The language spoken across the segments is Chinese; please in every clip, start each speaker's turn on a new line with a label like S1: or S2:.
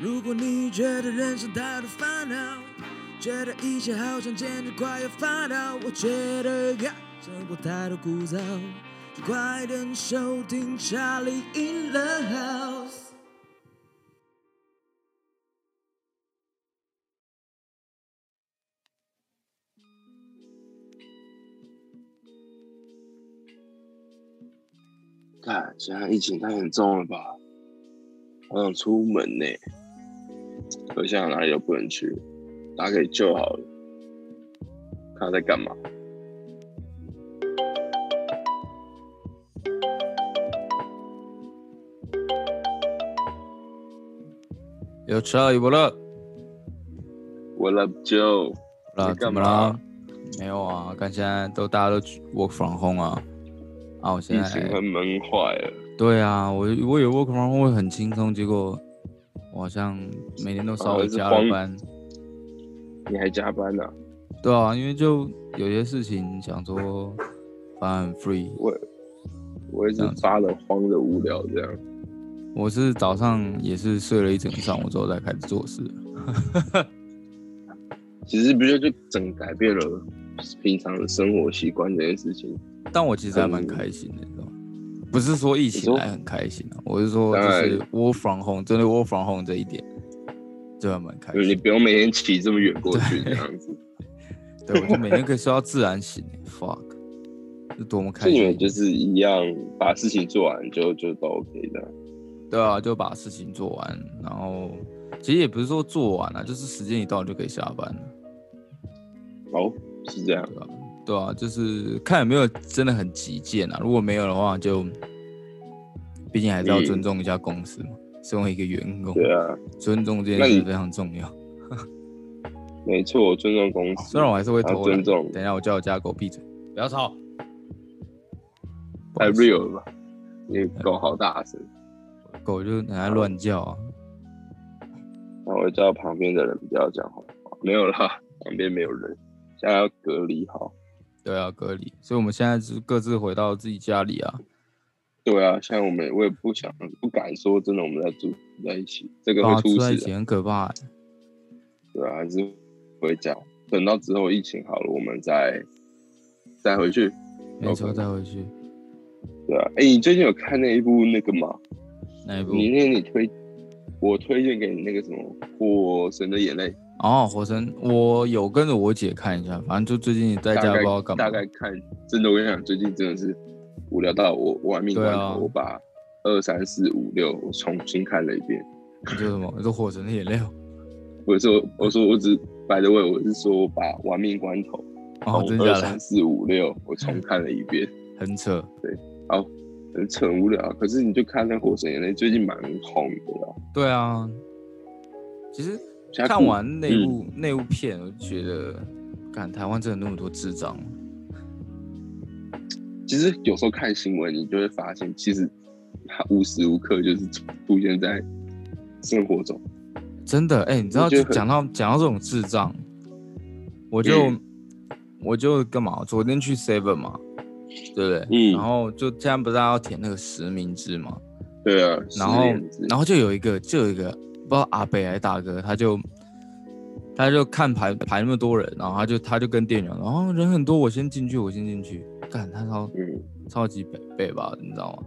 S1: 如果你觉得人生太多烦恼，觉得一切好像简直快要发抖，我觉得呀，生活太多枯燥，就快点收听《查理 in the house》。
S2: 看，现在疫情太严重了吧？好想出门呢、可现在哪里都不能去，打给舅好了。看他在干嘛？
S3: 有车有不乐？
S2: 我 love 舅，
S3: 啦，
S2: 你干
S3: 怎么
S2: 嘛
S3: 了？没有啊，看现在都大家都 work from home 啊，啊，我现
S2: 疫情快
S3: 在
S2: 闷坏了。
S3: 对啊，我我以为 work from home 会很轻松，结果我好像每天都稍
S2: 啊
S3: 微
S2: 是
S3: 加
S2: 慌
S3: 了班。
S2: 你还加班呢、
S3: 对啊，因为就有些事情想说，反正很 free。
S2: 我我一直发了慌的无聊这样。
S3: 我是早上也是睡了一整个上午之后才开始做事。
S2: 其实不就就整改变了平常的生活习惯这件事情。
S3: 但我其实还蛮开心的，你知道吗？不是说疫情
S2: 嗯说
S3: 来很开心啊，我是说就
S2: 当然
S3: 是 work from home，针对 work from home 这一点，就还蛮开
S2: 你
S3: 心。
S2: 不用每天骑这么远过去这样子。
S3: 对，我就每天可以睡到自然醒欸，fuck，这多么开
S2: 就你
S3: 心啊
S2: 们！就是一样把事情做完就就都 OK 的。
S3: 对啊，就把事情做完，然后其实也不是说做完了、就是时间一到就可以下班了，
S2: 哦，是这样。
S3: 对啊，就是看有没有真的很急件啊，如果没有的话就，毕竟还是要
S2: 嗯
S3: 尊重一下公司嘛，身为一个员工，
S2: 对啊，
S3: 尊重这
S2: 那
S3: 件事
S2: 你
S3: 非常重要。
S2: 没错，尊重公司。
S3: 虽然我还是会
S2: 然后
S3: 偷懒。
S2: 尊重
S3: 等一下，我叫我家狗闭嘴，不要吵。
S2: 太 real 了吧？
S3: 嗯
S2: 你狗好大声，
S3: 狗就很爱乱叫啊。
S2: 那我叫旁边的人不要讲好话。 没有啦，旁边没有人，现在要隔离好。
S3: 对啊，隔离，所以我们现在是各自回到自己家里啊。
S2: 对啊，现在我们我也不想不敢说真的，我们在住在一起，这个
S3: 对啊，
S2: 会
S3: 住
S2: 出
S3: 在一
S2: 事、
S3: 起
S2: 啊。
S3: 很可怕欸、
S2: 对啊，还是回家，等到之后疫情好了，我们再再回去。
S3: 没错，
S2: OK
S3: 再回去
S2: 对啊，哎、你最近有看那一部那个吗？
S3: 那一部
S2: 你那天你推，我推荐给你那个什么《火神的眼泪》，
S3: 哦，火神，我有跟着我姐看一下，反正就最近在
S2: 大
S3: 家不
S2: 概
S3: 知道干嘛。
S2: 大概看，真的我跟你讲，最近真的是无聊到我玩命
S3: 对
S2: 关
S3: 啊
S2: 头，我把二三四五六我重新看了一遍。
S3: 你说什么？你说火神的眼泪哦
S2: 我说我说我只摆的位，我是说我把玩命关头
S3: 哦，真
S2: 从
S3: 的
S2: 二
S3: 假
S2: 三
S3: 的？
S2: 四五六我重看了一遍，
S3: 很扯。
S2: 很扯很无聊啊。可是你就看那《火神眼泪》，最近蛮红的啦。
S3: 对啊，其实
S2: 现在
S3: 看
S2: 古
S3: 完那
S2: 嗯
S3: 部、那部片，我就觉得，看台湾真的那么多智障吗。
S2: 其实有时候看新闻，你就会发现，其实它无时无刻就是出现在生活中。
S3: 真的，哎、你知道，
S2: 觉
S3: 就
S2: 得很
S3: 讲到讲到这种智障，我就、
S2: 嗯
S3: 我就干嘛？我昨天去 Seven 嘛，对不对？
S2: 嗯
S3: 然后就现在不是大家要填那个实名制嘛，
S2: 对啊，
S3: 然后然
S2: 后
S3: 后就有一个就有一个不知道阿北还是大哥，他就他就看排排那么多人，然后他就他就跟店员说，哦人很多，我先进去，我先进去。干，他超
S2: 嗯，
S3: 超级北北吧，你知道吗？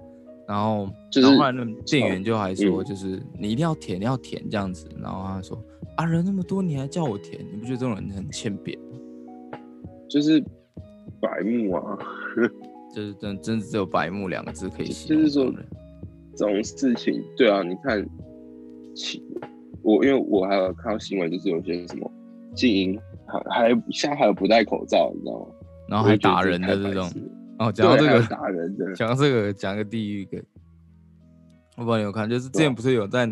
S3: 然后，
S2: 就是
S3: 然后后来那店员就还
S2: 嗯
S3: 说，就是、你一定要填，要填这样子。然后他说啊，人那么多，你还叫我填，你不觉得这种人很欠扁吗？
S2: 就是白目啊，
S3: 就是真真的只有白目两个字可以形
S2: 就
S3: 容
S2: 是
S3: 这
S2: 说
S3: 种人。
S2: 这种事情，对啊，你看，其我因为我还有看到新闻，就是有些什么静音，还还现在还有不戴口罩，你知道吗？
S3: 然后还打人
S2: 我
S3: 的
S2: 就觉得
S3: 这
S2: 太白
S3: 种
S2: 痴。了
S3: 哦，讲到这
S2: 对还有
S3: 个，
S2: 打人的，
S3: 讲到这个，讲个地狱梗。我不知道你有看，就是之
S2: 对啊
S3: 前不是有在，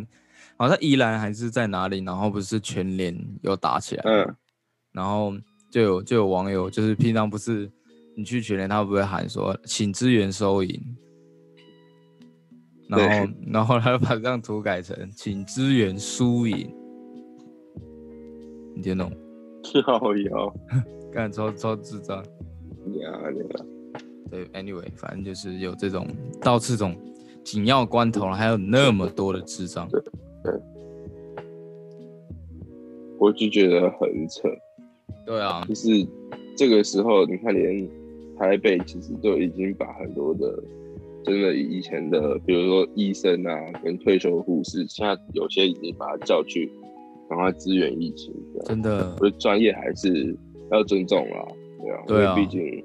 S3: 好像宜兰还是在哪里，然后不是全联有打起来，
S2: 嗯，
S3: 然后就有就有网友就是平常不是你去全联，他不会喊说请支援收银，然后然后他就把这张图改成请支援输赢，你听懂？
S2: 靠腰，
S3: 干超超智障，
S2: 你啊你啊，
S3: 对，anyway，反正就是有这种到这种紧要关头了，还有那么多的智障，
S2: 我就觉得很扯。
S3: 对啊，
S2: 就是这个时候，你看连台北其实都已经把很多的真的以前的，比如说医生啊跟退休护士，现在有些已经把他叫去赶快支援疫情这样。
S3: 真的
S2: 我觉得专业还是要尊重啦，对啊，
S3: 对啊
S2: 因为毕竟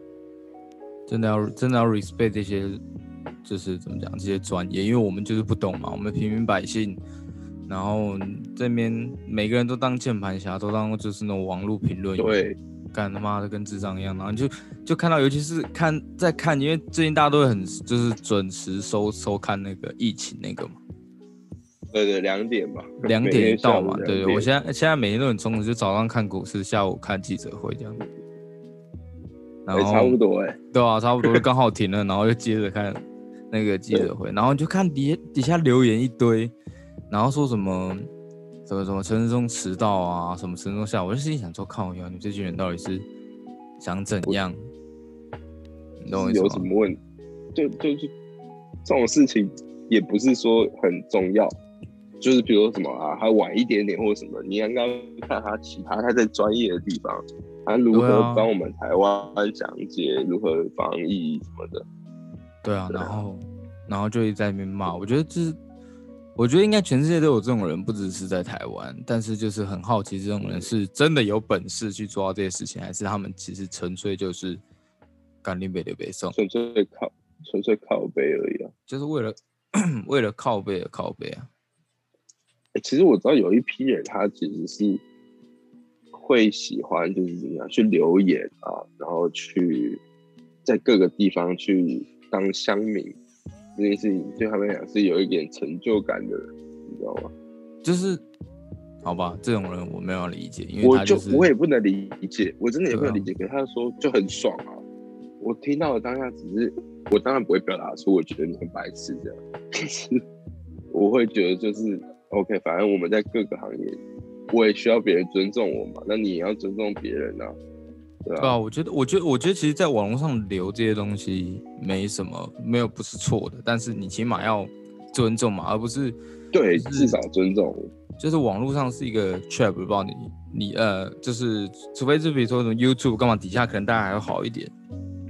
S3: 真的要真的要 respect 这些，就是怎么讲这些专业，因为我们就是不懂嘛，我们平民百姓，然后这边每个人都当键盘侠，都当就是那种网络评论员，
S2: 对
S3: 干他妈的跟智障一样，然后你就就看到，尤其是看在看，因为最近大家都会很就是准时收收看那个疫情那个嘛，
S2: 对对两点吧，
S3: 两
S2: 每
S3: 点
S2: 天
S3: 一到
S2: 下午
S3: 嘛，
S2: 两
S3: 对对，
S2: 点
S3: 我现在现在每天都很充实，就早上看股市，下午看记者会这样，然
S2: 哎
S3: 后
S2: 差不多哎、
S3: 对啊，差不多就刚好停了，然后就接着看那个记者 会，然后你就看底底下留言一堆，然后说什么什么什么陈世忠迟到啊，什么陈世忠下午，我就心里想说，靠呀，你们这群人到底是想怎样？你懂我意
S2: 有
S3: 思
S2: 什
S3: 吗？
S2: 么问题？就就就这种事情也不是说很重要，就是比如说什么啊，他晚一点点或什么，你应该看他其他他在专业的地方，他如
S3: 对
S2: 何
S3: 啊
S2: 帮我们台湾讲解如何防疫什么的。
S3: 对啊，
S2: 对
S3: 然
S2: 啊
S3: 后然后就一直在那边骂，我觉得就是，我觉得应该全世界都有这种人，不只是在台湾，但是就是很好奇这种人是真的有本事去做到这些事情，还是他们其实纯粹就是干林北的北送。
S2: 纯粹靠纯粹靠背而已啊、
S3: 就是为了为了靠背而靠背啊。
S2: 欸其实我知道有一批人，他其实是会喜欢就是怎么样去留言啊，然后去在各个地方去当乡民，这件事情对他们来讲是有一点成就感的，你知道吗？
S3: 就是好吧，这种人我没有理解，因为
S2: 我
S3: 他
S2: 就是我也不能理解，我真的也不
S3: 对啊
S2: 能理解。可是他说就很爽啊，我听到的当下只是我当然不会表达出我觉得你很白痴这样，可是我会觉得就是 OK，反正我们在各个行业，我也需要别人尊重我嘛，那你也要尊重别人啊，对
S3: 对
S2: 吧、
S3: 啊，我觉得我觉得我觉得其实，在网络上留这些东西没什么，没有不是错的，但是你起码要尊重嘛，而不是
S2: 对，
S3: 就是
S2: 至少尊重。
S3: 就是网络上是一个 trap，不知道你你呃，就是除非是比如说什么 YouTube 干嘛，底下可能大家还会好一点。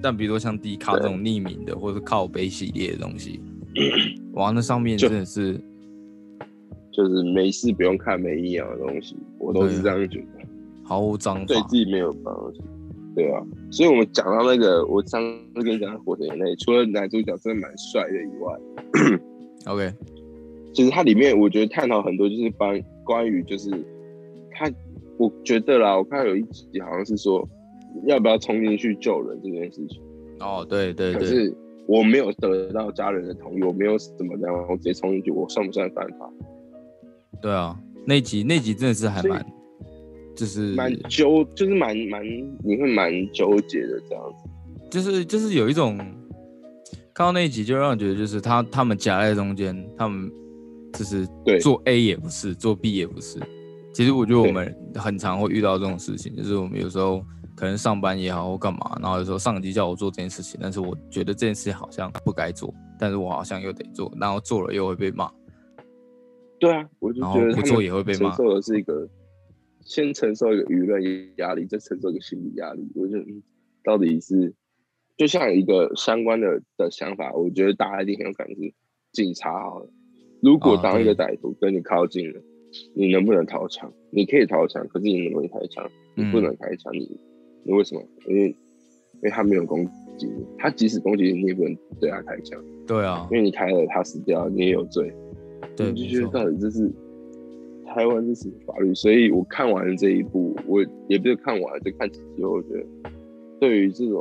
S3: 但比如说像 D 卡这种匿名的，或者是靠背系列的东西，哇，那上面
S2: 就
S3: 真的是
S2: 就是没事不用看没营养的东西，我都是这
S3: 对啊
S2: 样觉得。
S3: 毫无章
S2: 对
S3: 法。
S2: 自己没有帮助，对啊。所以我们讲到那个，我上次跟你讲的《火神眼泪》，除了男主角真的蛮帅的以外，
S3: OK，
S2: 其实它里面我觉得探讨很多就是关关于就是他，我觉得啦，我看到有一集好像是说要不要冲进去救人这件事情，
S3: 哦，对对
S2: 可
S3: 对，
S2: 是我没有得到家人的同意，我没有怎么样，我直接冲进去，我算不算犯法？
S3: 对啊，那集那集真的是还
S2: 所以
S3: 蛮，就是
S2: 蛮纠，就是蛮蛮，你会蛮纠结的这样子。
S3: 就是就是有一种，看到那一集就让人觉得就是他他们夹在中间，他们就是
S2: 对
S3: 做 A 也不是，做 B 也不是。其实我觉得我们很常会遇到这种事情，就是我们有时候可能上班也好或干嘛，然后有时候上级叫我做这件事情，但是我觉得这件事情好像不该做，但是我好像又得做，然后做了又会被骂。
S2: 对啊，我就
S3: 然
S2: 觉
S3: 后
S2: 得
S3: 不
S2: 他
S3: 做
S2: 们
S3: 也会被
S2: 承
S3: 骂
S2: 受的是一个先承受一个舆论压力，再承受一个心理压力。我觉得、嗯、到底是就像一个相关的的想法，我觉得大家一定很有感觉。警察好了，如果
S3: 啊
S2: 当一个
S3: 对
S2: 歹徒跟你靠近了，你能不能逃枪？你可以逃枪，可是你能不能开枪？你不
S3: 嗯
S2: 能开枪，你你为什么？因为因为他没有攻击你，他即使攻击你，你也不能对他开枪，
S3: 对啊
S2: 因，为你开了他死掉，你也有罪。
S3: 对，
S2: 我就
S3: 没
S2: 觉得
S3: 错，
S2: 到底这是台湾这是法律，所以我看完了这一部，我也不是看完，就看几集后，我觉得对于这种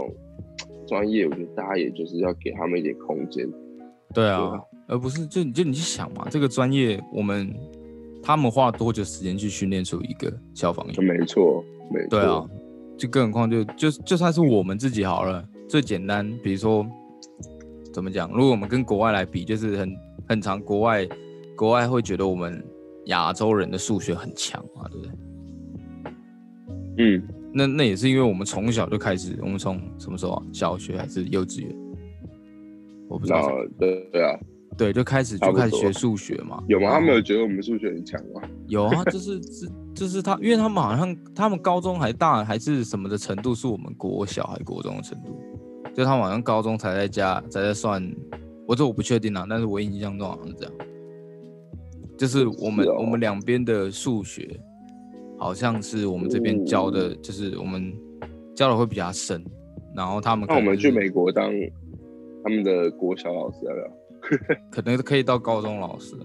S2: 专业，我觉得大家也就是要给他们一点空间。
S3: 对
S2: 对
S3: 啊
S2: 啊，
S3: 而不是就你就你去想嘛，这个专业我们他们花了多久时间去训练出一个消防员？
S2: 没错，没错，
S3: 对啊，就更何况就就就算是我们自己好了，最简单，比如说怎么讲，如果我们跟国外来比，就是很很常国外国外会觉得我们亚洲人的数学很强嘛，对不对？
S2: 嗯，
S3: 那那也是因为我们从小就开始，我们从什么时候啊？小学还是幼稚园？我不知
S2: 然
S3: 道，
S2: 后对对啊，
S3: 对，就开始
S2: 差
S3: 就
S2: 不多
S3: 开始学数学嘛。
S2: 有吗？他
S3: 然后
S2: 们有觉得我们数学很强吗？
S3: 有啊，就是这就是他，因为他们好像他们高中还大还是什么的程度，是我们国小还国中的程度，就他们好像高中才在加才在算，我这我不确定啊，但是我印象中好像是这样，就是我们、
S2: 是哦
S3: 我们两边的数学好像是我们这边教的，
S2: 嗯
S3: 就是我们教的会比较深，然后他们
S2: 那
S3: 可
S2: 我
S3: 能
S2: 们去
S3: 就是
S2: 美国当他们的国小老师要不要？
S3: 可能可以到高中老师，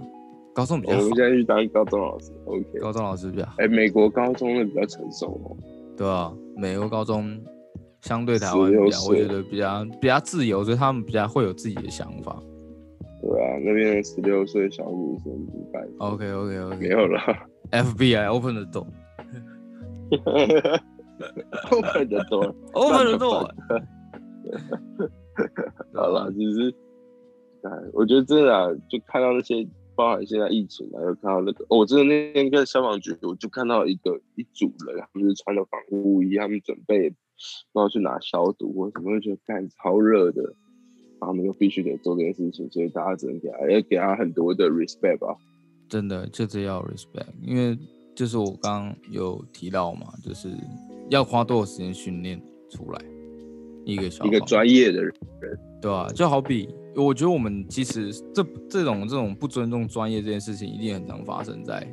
S3: 高中比
S2: 哦我
S3: 较好
S2: 们，现在去当高中老师，OK？
S3: 高中老师比较好。
S2: 哎、美国高中的比较成熟哦。
S3: 对啊，美国高中相对台
S2: 16
S3: 湾比较，我
S2: 岁
S3: 觉得比较比较自由，所以他们比较会有自己的想法。
S2: 对啊，那边十六岁小女生不拜
S3: OK OK
S2: 没
S3: OK
S2: 有了，
S3: FBI open the door
S2: 我感觉多了。
S3: open the door
S2: 好了，
S3: 嗯
S2: 只是，哎，我觉得真的啊，就看到那些，包含现在疫情啊，又看到那个，哦我真的那天跟消防局，我就看到一个一组人，他们就穿着防护衣，他们准备然后去拿消毒或什么，就觉得干超热的，然后他们又必须得做这件事情，所以大家只能给他，要给他很多的 respect 吧。
S3: 真的就是要 respect，因为就是我刚刚有提到嘛，就是要花多少时间训练出来一个小
S2: 一个
S3: 方
S2: 专业的人，
S3: 对啊，就好比我觉得我们其实这这种这种不尊重专业这件事情，一定很常发生在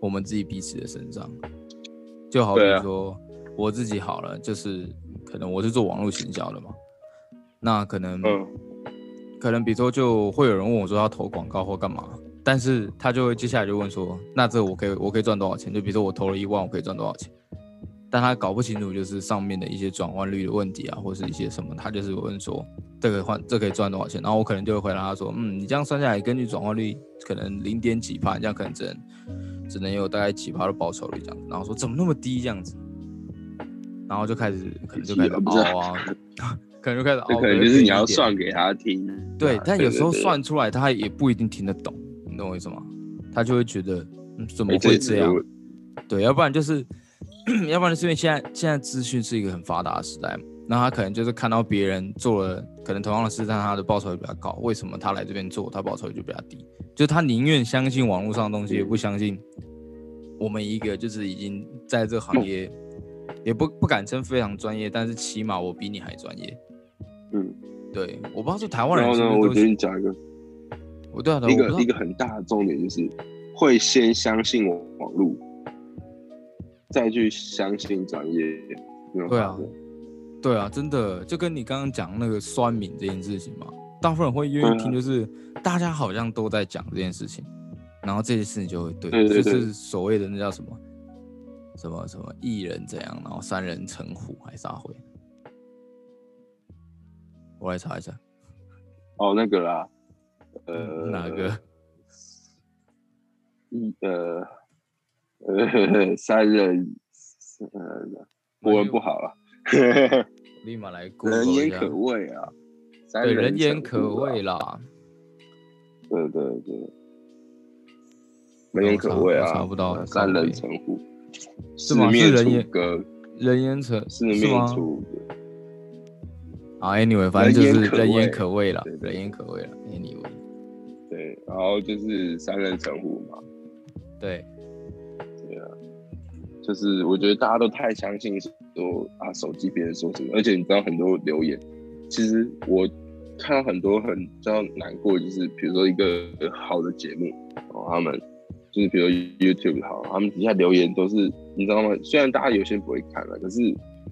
S3: 我们自己彼此的身上。就好比
S2: 对啊
S3: 说、我自己好了，就是可能我是做网络行销的嘛，那可能、
S2: 嗯，
S3: 可能比如说就会有人问我说要投广告或干嘛，但是他就会接下来就问说，那这我可以我可以赚多少钱？就比如说我投了一万，我可以赚多少钱？但他搞不清楚就是上面的一些转换率的问题啊，或是一些什么，他就是问说这个换这可以赚多少钱？然后我可能就会回答他说，嗯，你这样算下来，根据转换率可能零点几趴，你这样可能只能只能有大概几趴的报酬率这样子。然后说怎么那么低这样子？然后就开始可能就开始
S2: 啊不是啊
S3: 凹 啊，可能就开始
S2: 这
S3: 凹，
S2: 可能就是你要
S3: 哦可能就一点
S2: 算给他听啊。
S3: 对，但有时候
S2: 对对
S3: 算出来他也不一定听得懂，你懂我意思吗？他就会觉得、嗯、怎么
S2: 哎
S3: 会
S2: 这
S3: 这样？对，要不然就是， 要不然就是因为现在现在资讯是一个很发达的时代嘛，那他可能就是看到别人做了可能同样的事，但他的报酬率比较高，为什么他来这边做，他报酬率就比较低？就他宁愿相信网络上的东西，也不相信我们一个就是已经在这行业，也不不敢称非常专业，但是起码我比你还专业。
S2: 嗯，
S3: 对，我不知道是台湾
S2: 然
S3: 人
S2: 后
S3: 是
S2: 呢，
S3: 不
S2: 我觉得
S3: 是都是
S2: 你讲一个
S3: 我对啊，对啊
S2: 一
S3: 我不
S2: 个
S3: 知道
S2: 一个很大的重点就是，会先相信网网络，再去相信专业。有没有
S3: 对啊
S2: 发现
S3: 对啊，真的就跟你刚刚讲那个酸敏这件事情嘛，大部分人会愿
S2: 对
S3: 意
S2: 啊
S3: 听，就是大家好像都在讲这件事情，然后这件事情就会对，
S2: 对对对
S3: 就是所谓的那叫什么什么什么一人怎样，然后三人成虎还是啥会？我来查一下
S2: 哦，那个啦，呃，
S3: 哪个？
S2: 一呃呃三人呃国文不好了，啊
S3: 立马来 Google
S2: 人言
S3: 一下
S2: 可畏啊，三
S3: 对，人言
S2: 成
S3: 可
S2: 虎啊
S3: 畏啦，
S2: 对对对，人言可畏
S3: 我
S2: 啊，
S3: 查不到
S2: 呃三人成虎，四
S3: 吗
S2: 面
S3: 是人
S2: 楚
S3: 言
S2: 歌，
S3: 人言可
S2: 四
S3: 是
S2: 面
S3: 吗
S2: 楚歌。
S3: 啊，anyway，反正就是
S2: 人言可畏
S3: 人言可畏啦，
S2: 对对
S3: 人言可畏啦，anyway，
S2: 对，然后就是三人成虎嘛，
S3: 对。
S2: 就是我觉得大家都太相信说啊手机别人说什么，而且你知道很多留言，其实我看到很多很比较难过，就是比如说一个好的节目，然后他们就是比如 YouTube 好，他们底下留言都是你知道吗？虽然大家有些不会看啊了，可是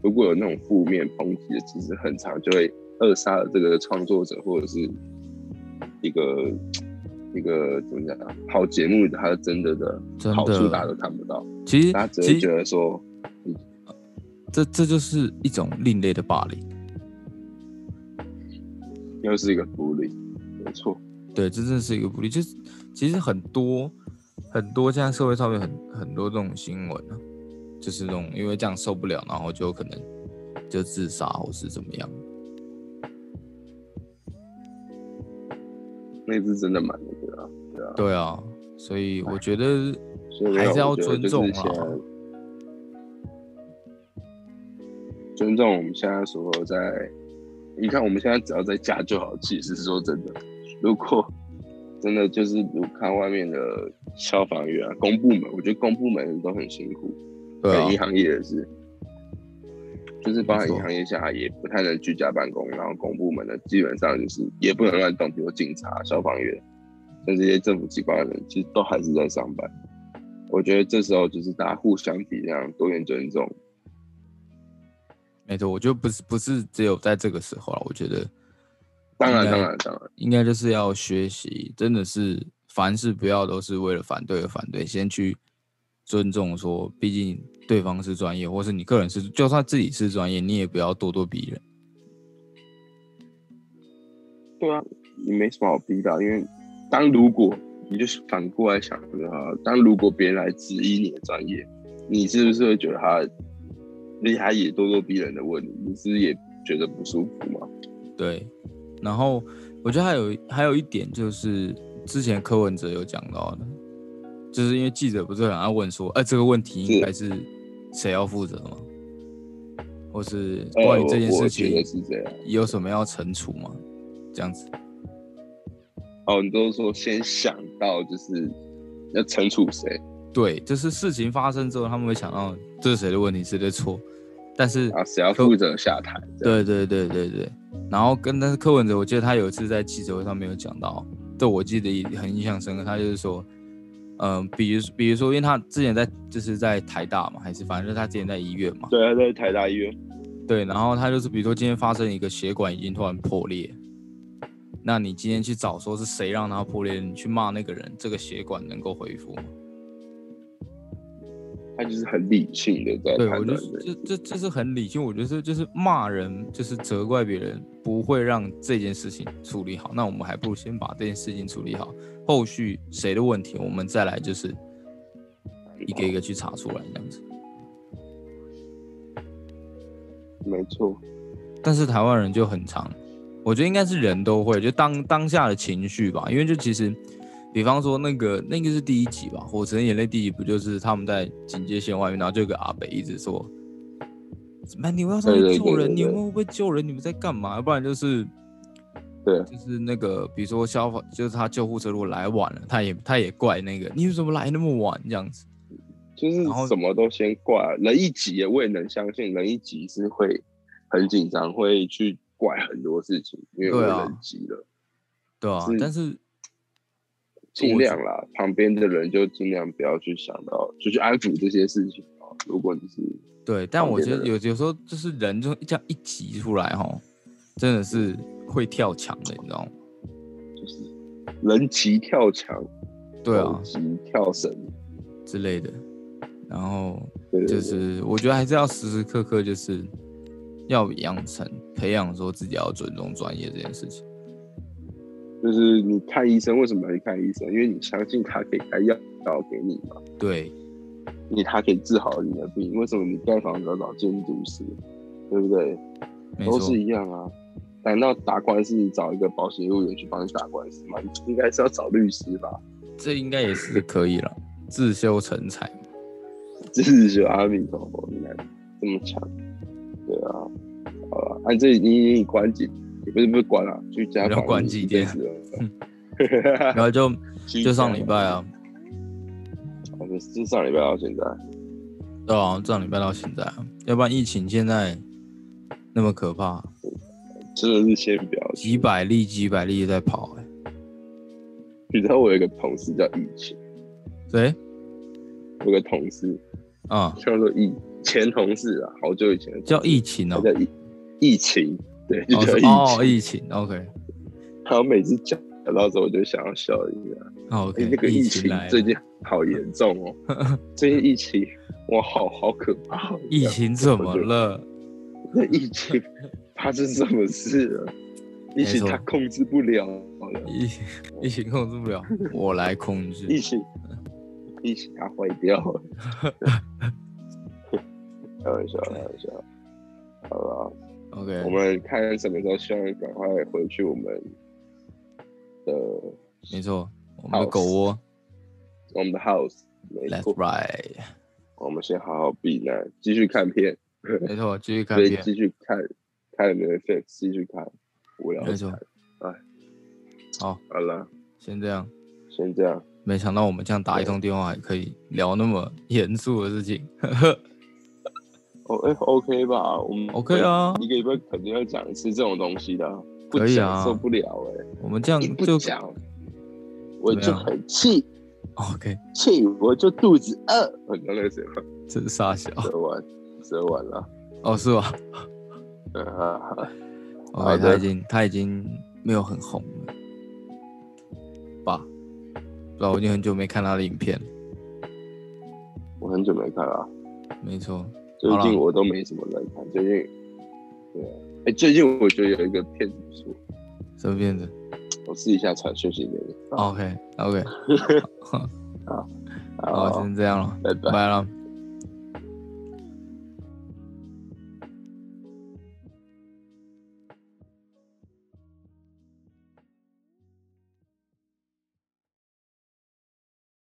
S2: 如果有那种负面抨击的，其实很长就会扼杀了这个创作者或者是一个。一个怎么讲啊？好节目，它真的的
S3: 真的
S2: 好处大家都看不到。
S3: 其实
S2: 他只会
S3: 其实
S2: 觉得说，
S3: 这这就是一种另类的霸凌，
S2: 又是一个福利，没错，
S3: 对，这真的是一个不利。就是其实很多很多现在社会上面很很多这种新闻啊，就是那种因为这样受不了，然后就可能就自杀或是怎么样。
S2: 那只真的蛮那个啊，对啊，
S3: 对啊，所以我觉得
S2: 所以没有
S3: 还是要
S2: 我觉得
S3: 尊
S2: 就是
S3: 重啊
S2: 现在
S3: 啦。
S2: 尊重我们现在所有在你看我们现在只要在家就好。其实说真的，如果真的就是我看外面的消防员啊、公部门，我觉得公部门都很辛苦，
S3: 对啊
S2: 银，行业也是，就是包含
S3: 没错
S2: 银行业下也不太能居家办公，然后公部门的基本上就是也不能乱动，比如警察、消防员，像这些政府机关的人，其实都还是在上班。我觉得这时候就是大家互相体谅、多元尊重，
S3: 没错，我觉得不是不是只有在这个时候了，我觉得
S2: 当然
S3: 应该
S2: 当然当然，
S3: 应该就是要学习，真的是凡事不要都是为了反对而反对，先去尊重说，毕竟对方是专业，或是你个人是，就算自己是专业，你也不要咄咄逼人。
S2: 对啊，你没什么好逼的啊，因为当如果你就是反过来想的话，当如果别人来质疑你的专业，你是不是会觉得他厉害也咄咄逼人的问你，你是不是也觉得不舒服吗？
S3: 对，然后我觉得还有还有一点就是之前柯文哲有讲到的，就是因为记者不是很爱问说，哎、这个问题应该是谁要负责吗？或是
S2: 呃
S3: 关于这件
S2: 我我
S3: 事
S2: 觉
S3: 情
S2: 得是这样。
S3: 有什么要惩处吗？这样子，
S2: 哦，你都说先想到就是要惩处谁
S3: 对，就是事情发生之后，他们会想到这是谁的问题，谁的错，但是
S2: 啊，谁要负责下台？这样，
S3: 对对对对对。然后跟但是柯文哲，我记得他有一次在记者会上面有讲到，这我记得很印象深刻。他就是说，嗯、比如比如说，因为他之前在就是在台大嘛，还是反正就是他之前在医院嘛，
S2: 对啊，在台大医院，
S3: 对。然后他就是比如说今天发生一个血管已经突然破裂，那你今天去找说是谁让它破裂，你去骂那个人，这个血管能够恢复吗？
S2: 他就是很理性的在
S3: 对，
S2: 判
S3: 我就
S2: 断
S3: 是
S2: 这
S3: 这这这是很理性，我觉得这就是骂人，就是责怪别人，不会让这件事情处理好。那我们还不如先把这件事情处理好，后续谁的问题，我们再来就是一个一个去查出来这样子。
S2: 没错，
S3: 但是台湾人就很长，我觉得应该是人都会，就当当下的情绪吧，因为就其实，比方说那个那个是第一集吧，《火神眼泪》第一集不就是他们在警戒线外面，然后就有个阿北一直说，怎么办你们要上去
S2: 对对
S3: 救
S2: 对
S3: 人，
S2: 对
S3: 你
S2: 对
S3: 们会不会救人？你们在干嘛？要不然就是。
S2: 对
S3: 就是那个，比如说消防，就是他救护车如果来晚了，他也他也怪那个，你怎么来那么晚这样子？
S2: 就是
S3: 然后
S2: 什么都先怪人一级也我也能相信人一级是会很紧张，会去怪很多事情，因为我
S3: 对啊
S2: 人急了，
S3: 对啊，
S2: 是
S3: 但是
S2: 尽量啦，旁边的人就尽量不要去想到，就去安抚这些事情啊。如果你是
S3: 对，但
S2: 旁
S3: 我
S2: 边
S3: 觉
S2: 的
S3: 得有有时候就是人就这样一挤出来哈，真的是会跳墙的，你知道吗？
S2: 就是人急跳墙，
S3: 对
S2: 狗
S3: 啊
S2: 急跳绳，
S3: 之类的。然后
S2: 对对对
S3: 就是我觉得还是要时时刻刻就是要养成培养说自己要尊重专业这件事情。
S2: 就是你看医生为什么要去看医生？因为你相信他可以开药药给你嘛，
S3: 对，
S2: 因为他可以治好你的病。为什么你盖房子要找建筑师？对不对？
S3: 没
S2: 都
S3: 错
S2: 是，一样啊。难道打官司你找一个保险业务员去帮你打官司吗？ 你应该是要找律师吧？
S3: 这应该也是可以了，自修成才。
S2: 这是就阿弥陀佛，你看这么强，对啊，好了，按、这你你关机，也不是不是关了、居家
S3: 你要
S2: 防疫
S3: 关机
S2: 一阵
S3: 对
S2: 子了
S3: 然 后就
S2: 居
S3: 就
S2: 家
S3: 上礼拜啊，
S2: 哦，就就上礼拜到现在，
S3: 对啊，上礼拜到现在啊，要不然疫情现在那么可怕，
S2: 真的是先不要去。
S3: 几百例几百例在跑、欸，
S2: 你知道我有一个同事叫疫情，
S3: 对
S2: 我有个同事
S3: 啊。
S2: 叫做疫前同事啊，好久以前的同事
S3: 叫疫情
S2: 他
S3: 哦，
S2: 叫疫疫情，对，就
S3: 哦
S2: 叫疫
S3: 是
S2: 情。
S3: 哦疫情，OK
S2: 他每次讲到时候，我就想要笑一下。
S3: 哦
S2: 哎、
S3: OK，
S2: 那个
S3: 疫
S2: 情
S3: 来
S2: 最
S3: 了，
S2: 近好严重 哦，最近疫情哇，好好可怕、哦。
S3: 疫情怎么 了？
S2: 那疫情发生什么事 了？疫情他控制不了了，
S3: 疫 情疫情控制不了，我来控制。
S2: 疫情疫情他坏掉 了。开玩笑，开玩笑。好了，
S3: OK，
S2: 我们看什么时候，希望赶快回去我们的
S3: 没错，我们的
S2: House
S3: 狗窝
S2: 我们的 house。没
S3: ，Left
S2: 错，
S3: Right，
S2: 我们先好好避难，继续看片。
S3: 没错，继续看
S2: 所以
S3: 片，
S2: 继续看开了没 fix，继续开，无聊。
S3: 没错。
S2: 哎，
S3: 好，
S2: 好了，
S3: 先这样。
S2: 先这样。
S3: 没想到我们这样打一通电话还可以聊那么严肃的事情。
S2: 哦，哎，OK 吧，我们
S3: OK 啊
S2: 一个礼拜肯定要讲一次这种东西的啊，不
S3: 可以啊
S2: 讲受不了哎、
S3: 我们这样
S2: 你不
S3: 就
S2: 讲，我
S3: 怎么
S2: 就
S3: 样
S2: 很气
S3: OK，
S2: 气，我就肚子饿。 很像那个谁吗？
S3: 这是傻小
S2: 蛇丸，蛇丸啊，
S3: 哦，是吧
S2: 嗯哈哈，好
S3: ？OK，
S2: 的
S3: 他已经他已经没有很红了，吧？不知道，我已经很久没看他的影片了。
S2: 我很久没看了、啊
S3: 没错，
S2: 最
S3: 好
S2: 近
S3: 啦
S2: 我都没什么在看，最近，对啊，哎、最近我觉得有一个片子不错，
S3: 什么片子
S2: 我试一下传讯息给你。
S3: ？OK OK，
S2: 好，
S3: 好，先这样了，
S2: 拜拜
S3: 拜了。